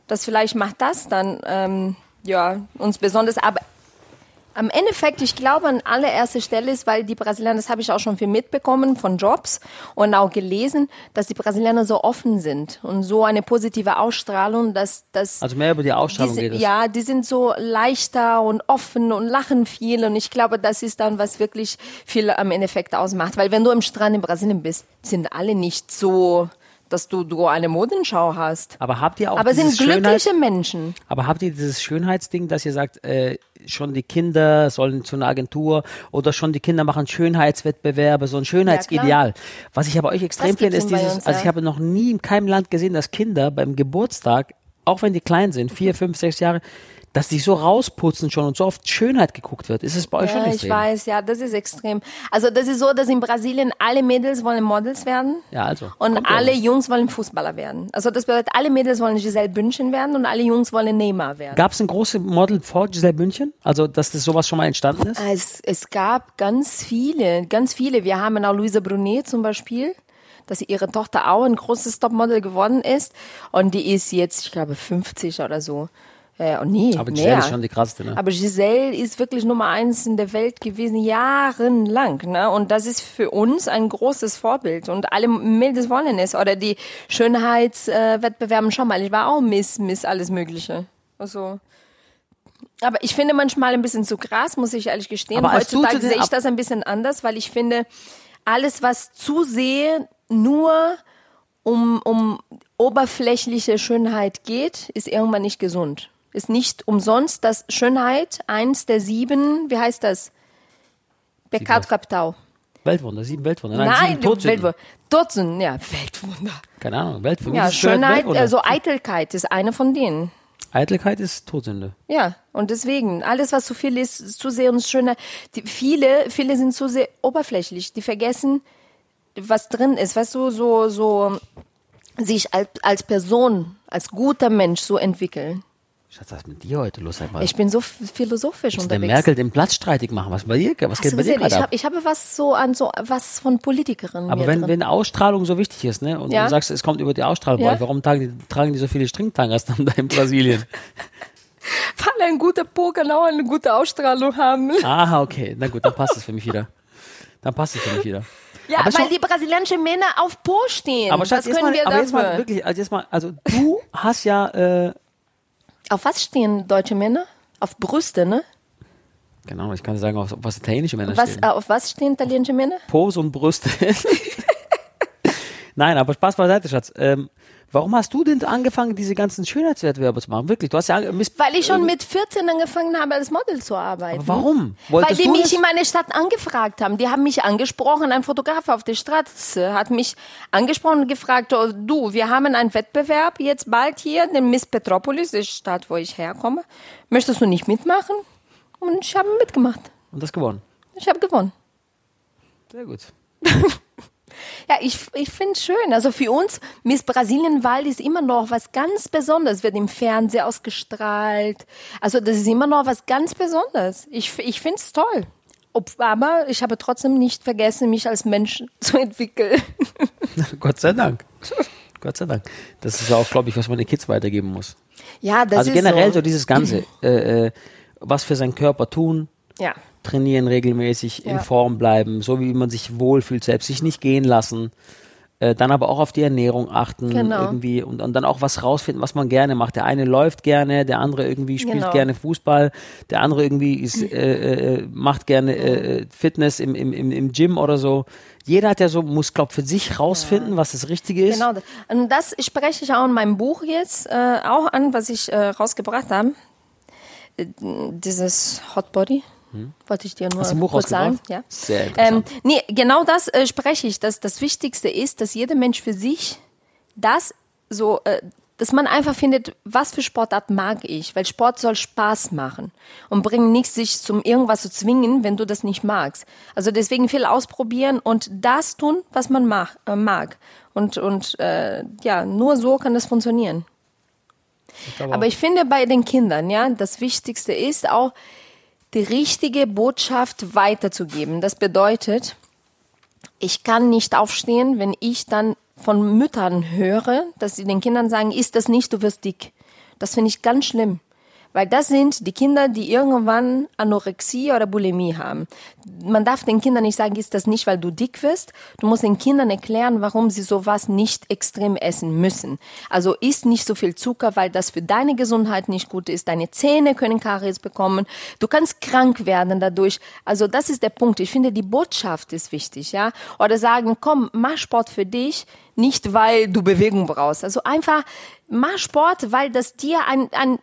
A: dass vielleicht macht das dann ähm, ja uns besonders. Aber am Endeffekt, ich glaube, an allererster Stelle ist, weil die Brasilianer, das habe ich auch schon viel mitbekommen von Jobs und auch gelesen, dass die Brasilianer so offen sind und so eine positive Ausstrahlung, dass das
B: Also mehr über die Ausstrahlung
A: die sind,
B: geht es.
A: Ja, die sind so leichter und offen und lachen viel. Und ich glaube, das ist dann, was wirklich viel am Endeffekt ausmacht. Weil wenn du im Strand in Brasilien bist, sind alle nicht so, dass du, du eine Modenschau hast.
B: Aber habt ihr auch
A: Aber
B: dieses
A: sind glückliche
B: Schönheits-
A: Menschen.
B: Aber habt ihr dieses Schönheitsding, dass ihr sagt, äh, schon die Kinder sollen zu einer Agentur oder schon die Kinder machen Schönheitswettbewerbe, so ein Schönheitsideal. Was ich aber euch extrem
A: Das
B: finde,
A: gibt's
B: ist
A: schon bei
B: dieses,
A: uns,
B: also
A: ja.
B: ich habe noch nie in keinem Land gesehen, dass Kinder beim Geburtstag, auch wenn die klein sind, vier, fünf, sechs Jahre, dass die so rausputzen schon und so oft Schönheit geguckt wird. Ist es bei euch schon
A: Ja,
B: nicht
A: ich weiß, ja, das ist extrem. Also das ist so, dass in Brasilien alle Mädels wollen Models werden.
B: Ja, also.
A: Und
B: Kommt ja
A: alle
B: was.
A: Jungs wollen Fußballer werden. Also das bedeutet, alle Mädels wollen Giselle Bündchen werden und alle Jungs wollen Neymar werden.
B: Gab es ein großes Model vor Giselle Bündchen? Also, dass das sowas schon mal entstanden ist?
A: Es, es gab ganz viele, ganz viele. Wir haben auch Luisa Brunet zum Beispiel, dass ihre Tochter auch ein großes Topmodel geworden ist. Und die ist jetzt, ich glaube, 50 oder so. Äh, und nee,
B: Aber Giselle
A: mehr.
B: ist schon die krasseste, ne?
A: Aber Giselle ist wirklich Nummer eins in der Welt gewesen, jahrelang. Ne? Und das ist für uns ein großes Vorbild. Und alle Mädels wollen es. Oder die Schönheitswettbewerben äh, Wettbewerben schon mal. Ich war auch Miss, Miss, alles Mögliche. Also. Aber ich finde manchmal ein bisschen zu krass, muss ich ehrlich gestehen.
B: Aber als du
A: Heutzutage
B: zu den
A: sehe ich
B: Ab-
A: das ein bisschen anders, weil ich finde, alles, was zusehe, nur um, um oberflächliche Schönheit geht, ist irgendwann nicht gesund. Ist nicht umsonst, dass Schönheit eins der sieben, wie heißt das? Pecado
B: was?
A: Capital.
B: Weltwunder, sieben Weltwunder. Nein,
A: Nein,
B: sieben Todsünden.
A: Weltwunder. Todsünden, ja, Weltwunder.
B: Keine Ahnung, Weltwunder.
A: Ja,
B: Das ist Schönheit,
A: Schönheit,
B: Weltwunder.
A: also Eitelkeit ist eine von denen.
B: Eitelkeit ist Todsünde.
A: Ja, und deswegen, alles, was zu viel ist, ist zu sehr und schöner. Die, viele, viele sind zu sehr oberflächlich. Die vergessen, was drin ist. Weißt du, so, so sich als, als Person, als guter Mensch so entwickeln.
B: Schatz, was ist mit dir heute los? Sag mal.
A: Ich bin so f- philosophisch
B: Willst du den
A: unterwegs.
B: Merkel den Platz streitig machen. Was, bei dir, was
A: Hast
B: geht
A: du
B: bei dir
A: gesehen, ich,
B: gerade ab?
A: hab, ich habe was so an so was von Politikerin.
B: Aber
A: mir
B: wenn,
A: drin.
B: wenn Ausstrahlung so wichtig ist, ne, und
A: Ja.
B: du sagst, es kommt über die Ausstrahlung,
A: Ja.
B: bei euch, warum tragen die, tragen die so viele Stringtangas dann da in Brasilien?
A: Weil ein guter Po kann auch eine gute Ausstrahlung haben.
B: Aha, okay. Na gut, dann passt es für mich wieder. Dann passt es für mich wieder.
A: Ja,
B: Aber ist
A: weil
B: doch-
A: die brasilianischen Männer auf Po stehen.
B: Aber Schatz,
A: was
B: jetzt
A: können
B: mal,
A: wir
B: aber jetzt mal
A: dafür?
B: wirklich, also jetzt mal, also du hast ja, äh,
A: Auf was stehen deutsche Männer? Auf Brüste, ne?
B: genau, ich kann dir sagen, auf was italienische Männer
A: Was,
B: stehen.
A: äh, auf was stehen italienische Männer?
B: Pose und Brüste. Nein, aber Spaß beiseite, Schatz. Ähm, warum hast du denn angefangen, diese ganzen Schönheitswettbewerbe zu machen? Wirklich, du hast ja ange- Miss
A: Weil ich schon mit 14 angefangen habe, als Model zu arbeiten.
B: Äh, Warum?
A: Weil
B: Wolltest
A: die
B: du
A: mich
B: das?
A: in meiner Stadt angefragt haben. Die haben mich angesprochen, ein Fotograf auf der Straße hat mich angesprochen und gefragt, oh, du, wir haben einen Wettbewerb jetzt bald hier, den Miss Petropolis, die Stadt, wo ich herkomme. Möchtest du nicht mitmachen? Und ich habe mitgemacht.
B: und das gewonnen.
A: Ich habe gewonnen.
B: Sehr gut.
A: Ja, ich, ich finde es schön. Also für uns, Miss Brasilienwahl ist immer noch was ganz Besonderes, wird im Fernsehen ausgestrahlt. Also das ist immer noch was ganz Besonderes. Ich, f- ich finde es toll. Ob, aber ich habe trotzdem nicht vergessen, mich als Mensch zu entwickeln.
B: Gott sei Dank. Gott sei Dank. Das ist ja auch, glaube ich, was man den Kids weitergeben muss.
A: Ja, das
B: also
A: ist
B: generell so.
A: so.
B: dieses Ganze, äh, äh, was für seinen Körper tun,
A: Ja.
B: trainieren regelmäßig, in
A: Ja.
B: Form bleiben, so wie man sich wohlfühlt, selbst sich nicht gehen lassen. Äh, Dann aber auch auf die Ernährung achten
A: Genau.
B: irgendwie und, und dann auch was rausfinden, was man gerne macht. Der eine läuft gerne, der andere irgendwie spielt
A: Genau.
B: gerne Fußball, der andere irgendwie ist, äh, äh, macht gerne äh, äh, Fitness im, im, im, im Gym oder so. Jeder hat ja so, muss glaube für sich rausfinden, was das Richtige ist.
A: Genau. das. Und das spreche ich auch in meinem Buch jetzt äh, auch an, was ich äh, rausgebracht habe. Äh, Dieses Hot Body. Wollte ich dir nur
B: Hm? Hast du ein Buch
A: kurz sagen.
B: rausgebracht?
A: Ja.
B: Sehr
A: ähm,
B: interessant.
A: nee, genau das äh, spreche ich. Dass das Wichtigste ist, dass jeder Mensch für sich das so, äh, dass man einfach findet, was für Sportart mag ich, weil Sport soll Spaß machen und bringt nichts, sich zum irgendwas zu zwingen, wenn du das nicht magst. Also deswegen viel ausprobieren und das tun, was man mach, äh, mag. Und, und äh, ja, nur so kann das funktionieren.
B: Ich glaube auch.
A: Aber ich finde bei den Kindern, ja, das Wichtigste ist auch, die richtige Botschaft weiterzugeben. Das bedeutet, ich kann nicht aufstehen, wenn ich dann von Müttern höre, dass sie den Kindern sagen, ist das nicht, du wirst dick. Das finde ich ganz schlimm. Weil das sind die Kinder, die irgendwann Anorexie oder Bulimie haben. Man darf den Kindern nicht sagen, ist das nicht, weil du dick wirst. Du musst den Kindern erklären, warum sie sowas nicht extrem essen müssen. Also isst nicht so viel Zucker, weil das für deine Gesundheit nicht gut ist. Deine Zähne können Karies bekommen. Du kannst krank werden dadurch. Also das ist der Punkt. Ich finde, die Botschaft ist wichtig, ja. Oder sagen, komm, mach Sport für dich nicht weil du Bewegung brauchst. Also einfach mach Sport, weil das dir ein, ein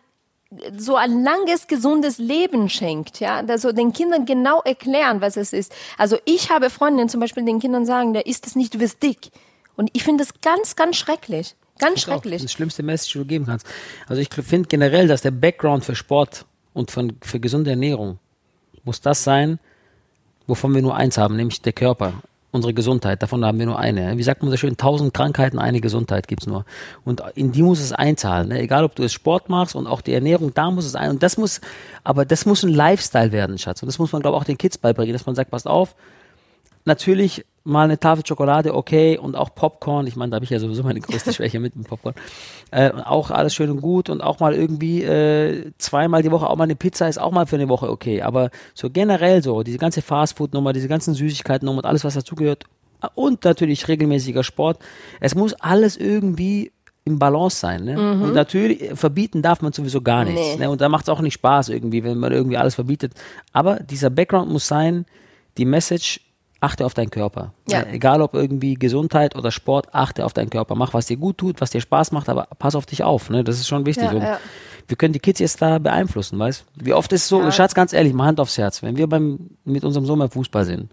A: so ein langes, gesundes Leben schenkt, ja, also den Kindern genau erklären, was es ist. Also ich habe Freundinnen zum Beispiel den Kindern sagen, da ist es nicht, du wirst dick. Und ich finde das ganz, ganz schrecklich. Ganz
B: Das ist auch
A: schrecklich.
B: das schlimmste Message, die du geben kannst. Also ich finde generell, dass der Background für Sport und von, für gesunde Ernährung muss das sein, wovon wir nur eins haben, nämlich der Körper. Unsere Gesundheit, davon haben wir nur eine. Wie sagt man so schön, tausend Krankheiten, eine Gesundheit gibt's nur. Und in die muss es einzahlen. Ne? Egal, ob du es Sport machst und auch die Ernährung, da muss es ein. Und das muss, aber das muss ein Lifestyle werden, Schatz. Und das muss man, glaube ich, auch den Kids beibringen, dass man sagt, passt auf, natürlich mal eine Tafel Schokolade, okay, und auch Popcorn. Ich meine, da habe ich ja sowieso meine größte Schwäche mit dem Popcorn. Äh, und auch alles schön und gut und auch mal irgendwie äh, zweimal die Woche, auch mal eine Pizza ist auch mal für eine Woche okay. Aber so generell so, diese ganze Fastfood-Nummer, diese ganzen Süßigkeiten-Nummer und alles, was dazugehört und natürlich regelmäßiger Sport. Es muss alles irgendwie im Balance sein. Ne? Und natürlich, äh, verbieten darf man sowieso gar nichts.
A: Nee.
B: Ne? Und da macht es auch nicht Spaß irgendwie, wenn man irgendwie alles verbietet. Aber dieser Background muss sein, die Message, achte auf deinen Körper.
A: Ja.
B: Ne? Egal ob irgendwie Gesundheit oder Sport, achte auf deinen Körper. Mach, was dir gut tut, was dir Spaß macht, aber pass auf dich auf. Ne? Das ist schon wichtig.
A: Ja,
B: Und
A: ja.
B: Wir können die Kids jetzt da beeinflussen, weißt Wie oft ist es so,
A: Ja.
B: Schatz, ganz ehrlich, mal Hand aufs Herz, wenn wir beim, mit unserem Sohn beim Fußball sind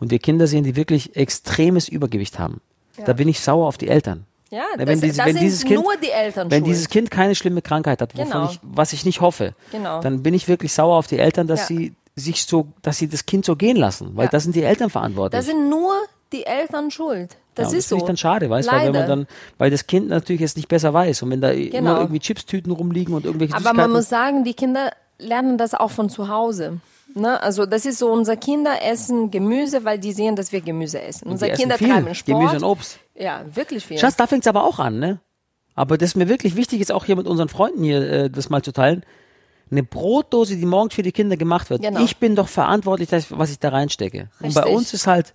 B: und wir Kinder sehen, die wirklich extremes Übergewicht haben, da bin ich sauer auf die Eltern. Ne,
A: Ja,
B: Na,
A: das- das sind nur die Eltern
B: Wenn
A: schuld.
B: dieses Kind keine schlimme Krankheit hat, wovon
A: Genau.
B: ich, was ich nicht hoffe,
A: Genau.
B: dann bin ich wirklich sauer auf die Eltern, dass
A: Ja.
B: sie sich so, dass sie das Kind so gehen lassen, weil
A: Ja.
B: da sind die Eltern verantwortlich.
A: Da sind nur die Eltern schuld. Das
B: Ja, und
A: ist
B: finde
A: so.
B: ich dann schade, weißt du, weil wenn
A: Leider.
B: man dann, weil das Kind natürlich jetzt nicht besser weiß und wenn da immer
A: Genau.
B: irgendwie Chipstüten rumliegen und irgendwelche
A: Aber man
B: Süßigkeiten-
A: muss sagen, die Kinder lernen das auch von zu Hause. Ne? Also das ist so, unsere Kinder essen Gemüse, weil die sehen, dass wir Gemüse essen.
B: die
A: Unsere
B: essen
A: Kinder
B: viel
A: treiben Sport.
B: Gemüse und Obst.
A: Ja, wirklich viel.
B: Schatz, da fängt es aber auch an, ne? Aber das ist mir wirklich wichtig, jetzt auch hier mit unseren Freunden hier äh, das mal zu teilen. Eine Brotdose, die morgens für die Kinder gemacht wird.
A: Genau.
B: Ich bin doch verantwortlich, dass- was ich da reinstecke. Und bei
A: Richtig.
B: uns ist halt,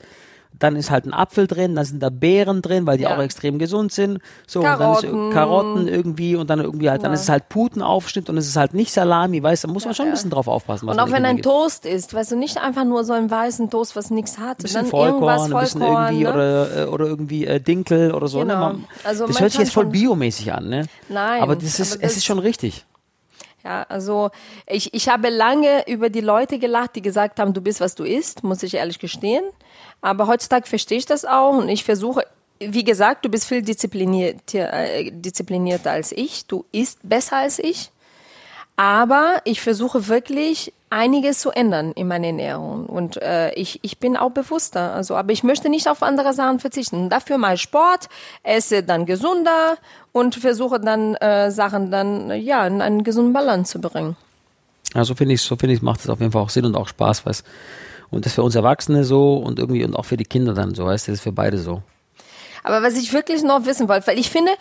B: dann ist halt ein Apfel drin, dann sind da Beeren drin, weil die
A: Ja.
B: auch extrem gesund sind. So, und dann ist
A: Karotten.
B: Karotten irgendwie und dann irgendwie halt, dann ist es halt Putenaufschnitt und es ist halt nicht Salami, weißt du, da muss man schon ein bisschen drauf aufpassen. was
A: Und
B: man
A: auch
B: den
A: wenn
B: Kindern
A: ein
B: gibt.
A: Toast ist, weißt du, nicht einfach nur so einen weißen Toast, was nichts hat. Ein
B: bisschen Vollkorn, ein bisschen irgendwie
A: ne?
B: oder, äh, oder irgendwie äh, Dinkel oder so. Ne?
A: Genau.
B: Man,
A: Also
B: das
A: man
B: hört sich
A: kann
B: jetzt voll
A: schon-
B: biomäßig an, ne?
A: Nein,
B: Aber das ist,
A: aber
B: es
A: das-
B: ist schon richtig.
A: Ja, also ich, ich habe lange über die Leute gelacht, die gesagt haben, du bist, was du isst, muss ich ehrlich gestehen. Aber heutzutage verstehe ich das auch und ich versuche, wie gesagt, du bist viel diszipliniert, äh, disziplinierter als ich, du isst besser als ich. Aber ich versuche wirklich einiges zu ändern in meiner Ernährung und äh, ich, ich bin auch bewusster. Also, aber ich möchte nicht auf andere Sachen verzichten. Dafür mal Sport, esse dann gesunder und versuche dann äh, Sachen dann äh, ja in einen gesunden Balance zu bringen.
B: Ja, so Also finde ich, so finde ich, macht es auf jeden Fall auch Sinn und auch Spaß, weißt Und das für uns Erwachsene so und irgendwie und auch für die Kinder dann so, weißt du, das ist für beide so.
A: Aber was ich wirklich noch wissen wollte, weil ich finde,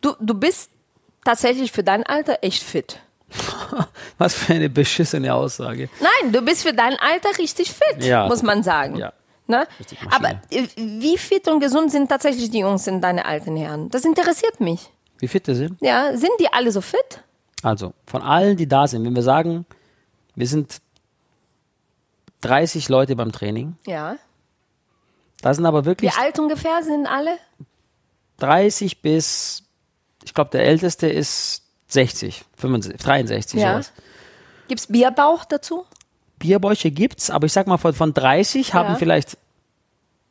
A: du du bist tatsächlich für dein Alter echt fit.
B: Was für eine beschissene Aussage.
A: Nein, du bist für dein Alter richtig fit,
B: Ja.
A: muss man sagen.
B: Ja.
A: Ne?
B: Richtig Maschine.
A: Aber äh, wie fit und gesund sind tatsächlich die Jungs in deine alten Herren? Das interessiert mich.
B: Wie fit wir sind?
A: Ja, sind die alle so fit?
B: Also, von allen, die da sind, wenn wir sagen, wir sind 30 Leute beim Training,
A: Ja.
B: da sind aber
A: Wie
B: wirklich
A: alt ungefähr sind alle?
B: 30 bis, ich glaube, der älteste ist 60, 65, 63,
A: Ja.
B: sowas.
A: Gibt's Bierbauch dazu?
B: Bierbäuche gibt's, aber ich sag mal, von, von 30 haben
A: Ja.
B: vielleicht,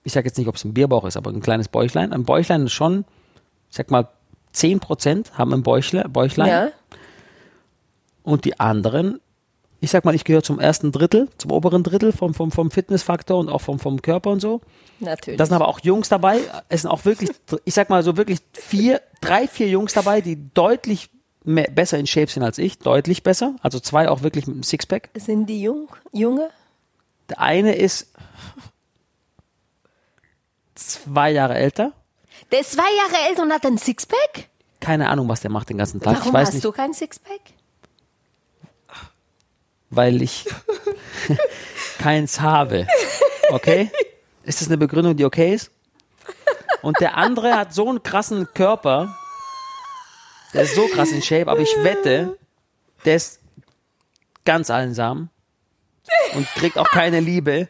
B: ich sag jetzt nicht, ob es ein Bierbauch ist, aber ein kleines Bäuchlein. Ein Bäuchlein ist schon, ich sag mal, 10% haben ein Bäuchle, Bäuchlein.
A: Ja.
B: Und die anderen, ich sag mal, ich gehöre zum ersten Drittel, zum oberen Drittel vom, vom, vom Fitnessfaktor und auch vom, vom Körper und so.
A: Natürlich.
B: Da sind aber auch Jungs dabei. Es sind auch wirklich, ich sag mal so wirklich vier, drei, vier Jungs dabei, die deutlich mehr, besser in Shape sind als ich, deutlich besser. Also zwei auch wirklich mit einem Sixpack.
A: Sind die jung, junge?
B: Der eine ist zwei Jahre älter.
A: Der ist zwei Jahre älter und hat ein Sixpack?
B: Keine Ahnung, was der macht den ganzen Tag.
A: Warum
B: ich weiß
A: hast
B: nicht,
A: du kein Sixpack?
B: weil ich keins habe. Okay? Ist das eine Begründung, die okay ist? Und der andere hat so einen krassen Körper. Der ist so krass in Shape, aber ich wette, der ist ganz einsam und kriegt auch keine Liebe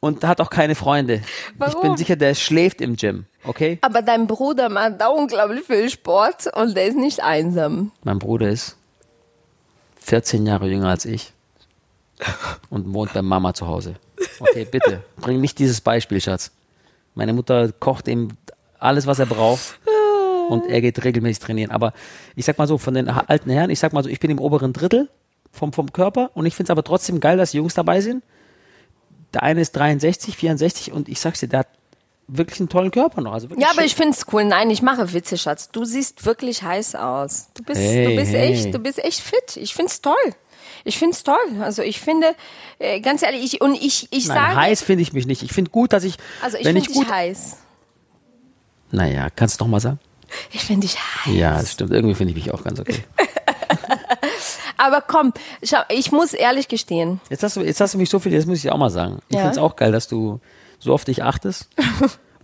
B: und hat auch keine Freunde. Ich bin
A: Warum?
B: sicher, der schläft im Gym, okay?
A: Aber dein Bruder macht da unglaublich viel Sport und der ist nicht einsam.
B: Mein Bruder ist 14 Jahre jünger als ich und wohnt bei Mama zu Hause. Okay, bitte, bring nicht dieses Beispiel, Schatz. Meine Mutter kocht ihm alles, was er braucht und er geht regelmäßig trainieren. Aber ich sag mal so, von den alten Herren, ich sag mal so, ich bin im oberen Drittel vom, vom Körper und ich find's aber trotzdem geil, dass Jungs dabei sind. Der eine ist 63, 64 und ich sag's dir, der hat wirklich einen tollen Körper noch. Also wirklich
A: Ja, aber
B: schön.
A: ich find's cool. Nein, ich mache Witze, Schatz. Du siehst wirklich heiß aus. Du bist,
B: Hey,
A: du bist
B: hey.
A: echt, du bist echt fit. Ich find's toll. Ich find's toll. Also ich finde, äh, ganz ehrlich, ich, und ich, ich
B: Nein,
A: sage,
B: heiß finde ich mich nicht. Ich finde gut, dass ich,
A: also ich
B: wenn
A: finde
B: ich
A: dich
B: gut
A: heiß.
B: Naja, kannst du nochmal sagen?
A: Ich finde dich heiß.
B: Ja, das stimmt. Irgendwie finde ich mich auch ganz okay.
A: Aber komm, schau, ich muss ehrlich gestehen.
B: Jetzt hast du, jetzt hast du mich so viel, jetzt muss ich auch mal sagen. Ich
A: Ja.
B: finde es auch geil, dass du so auf dich achtest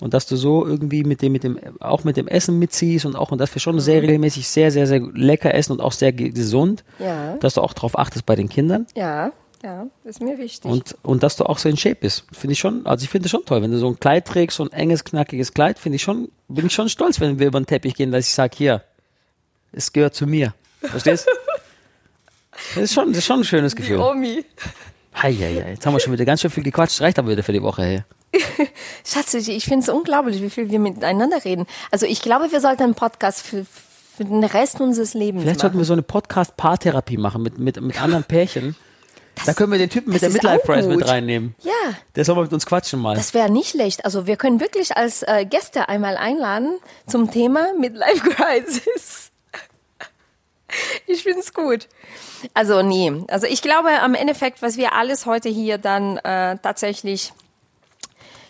B: und dass du so irgendwie mit dem, mit dem, auch mit dem Essen mitziehst und auch, und dass wir schon sehr regelmäßig sehr, sehr, sehr lecker essen und auch sehr ge- gesund.
A: Ja.
B: Dass du auch drauf achtest bei den Kindern
A: Ja, ja, ist mir wichtig.
B: und, und dass du auch so in Shape bist. Finde ich schon, also ich finde es schon toll, wenn du so ein Kleid trägst, so ein enges, knackiges Kleid, finde ich schon, bin ich schon stolz, wenn wir über den Teppich gehen, dass ich sage, hier, es gehört zu mir. Verstehst? Das ist schon, das ist schon ein schönes Gefühl.
A: Omi.
B: Heieiei, jetzt haben wir schon wieder ganz schön viel gequatscht. Reicht aber wieder für die Woche, hey.
A: Schatz, ich, ich finde es unglaublich, wie viel wir miteinander reden. Also ich glaube, wir sollten einen Podcast für, für den Rest unseres Lebens
B: Vielleicht sollten
A: machen.
B: wir so eine Podcast-Paartherapie machen mit, mit, mit anderen Pärchen. da können wir den Typen mit der
A: das ist auch
B: Midlife-Prize mit
A: gut.
B: reinnehmen.
A: ja,
B: Der soll mal mit uns quatschen mal.
A: das wäre nicht schlecht. Also wir können wirklich als äh, Gäste einmal einladen zum Thema Midlife Crisis. Ich finde es gut. Also nee, also ich glaube am Endeffekt, was wir alles heute hier dann äh, tatsächlich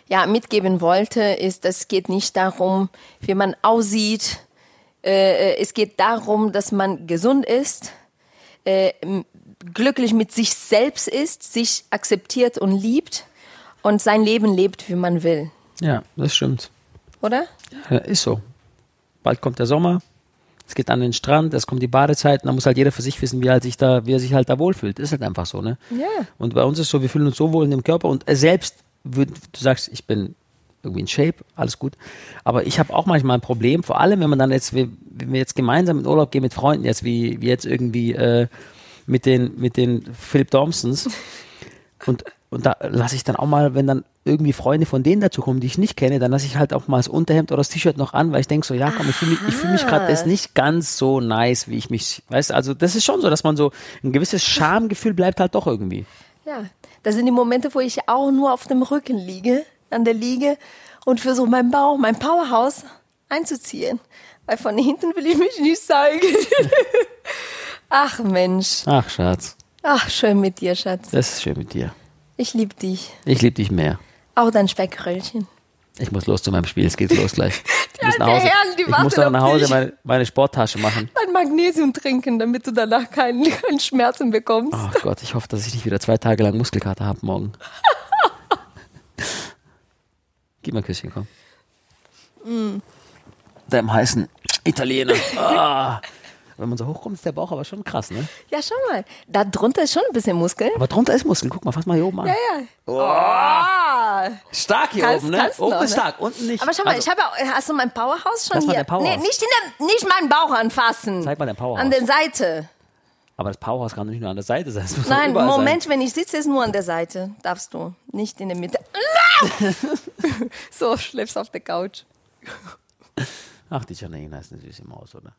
A: ja, mitgeben wollte, ist, es geht nicht darum, wie man aussieht. Äh, äh, es geht darum, dass man gesund ist, äh, m- glücklich mit sich selbst ist, sich akzeptiert und liebt und sein Leben lebt, wie man will,
B: ja, das stimmt.
A: oder?
B: Ja, Äh, ist so. Bald kommt der Sommer. Es geht an den Strand, es kommt die Badezeit. Und da muss halt jeder für sich wissen, wie, halt sich da, wie er sich halt da wohlfühlt. Ist halt einfach so, ne?
A: Ja.
B: Und bei uns ist so, wir fühlen uns so wohl in dem Körper. Und äh, selbst, würd, du sagst, ich bin irgendwie in Shape, alles gut. Aber ich habe auch manchmal ein Problem, vor allem, wenn man dann jetzt, wenn wir jetzt gemeinsam in Urlaub gehen mit Freunden, jetzt wie, wie jetzt irgendwie äh, mit, den, mit den Philip Thompsons. Und, und da lasse ich dann auch mal, wenn dann irgendwie Freunde von denen dazukommen, die ich nicht kenne, dann lasse ich halt auch mal das Unterhemd oder das T-Shirt noch an, weil ich denke so, ja komm, ich fühle mich, ich fühl mich gerade jetzt nicht ganz so nice, wie ich mich, weißt du, also das ist schon so, dass man so ein gewisses Schamgefühl bleibt halt doch irgendwie.
A: Ja, das sind die Momente, wo ich auch nur auf dem Rücken liege, an der Liege und versuche meinen Bauch, mein Powerhouse einzuziehen. Weil von hinten will ich mich nicht zeigen. Ach Mensch.
B: Ach Schatz,
A: Ach, schön mit dir, Schatz.
B: das ist schön mit dir.
A: Ich liebe dich.
B: Ich liebe dich mehr.
A: Auch dein Speckröllchen.
B: Ich muss los zu meinem Spiel, es geht los gleich. Ich muss nach
A: alten
B: Hause,
A: Herren, die
B: ich
A: warten
B: muss noch
A: auf
B: nach Hause
A: dich.
B: meine, meine Sporttasche machen.
A: Dein Magnesium trinken, damit du danach keinen, keinen Schmerzen bekommst.
B: Ach Gott, ich hoffe, dass ich nicht wieder zwei Tage lang Muskelkater habe morgen. Gib mal ein Küsschen, komm. Deinem Mm. heißen Italiener. Ah. Wenn man so hochkommt, ist der Bauch aber schon krass, ne?
A: Ja, schau mal. Da drunter ist schon ein bisschen Muskel.
B: Aber drunter ist Muskel. Guck mal, fass mal hier oben an.
A: Ja. Oh.
B: Stark hier
A: Kannst-
B: oben, ne?
A: kannst
B: oben
A: noch,
B: ist
A: ne?
B: stark, unten nicht.
A: Aber schau mal, ich
B: Also,
A: habe auch- hast du mein Powerhouse schon
B: Lass mal
A: hier?
B: dein Powerhouse.
A: Nee, nicht, in der, nicht meinen Bauch anfassen.
B: Zeig mal dein Powerhouse.
A: An der Seite.
B: aber das Powerhouse kann doch nicht nur an der Seite sein. es muss auch
A: Nein,
B: überall
A: Moment, wenn ich sitze, ist nur an der Seite. Darfst du. Nicht in der Mitte. so, schläfst auf der Couch.
B: Sein. Ach, die Janine ist eine süße Maus, oder?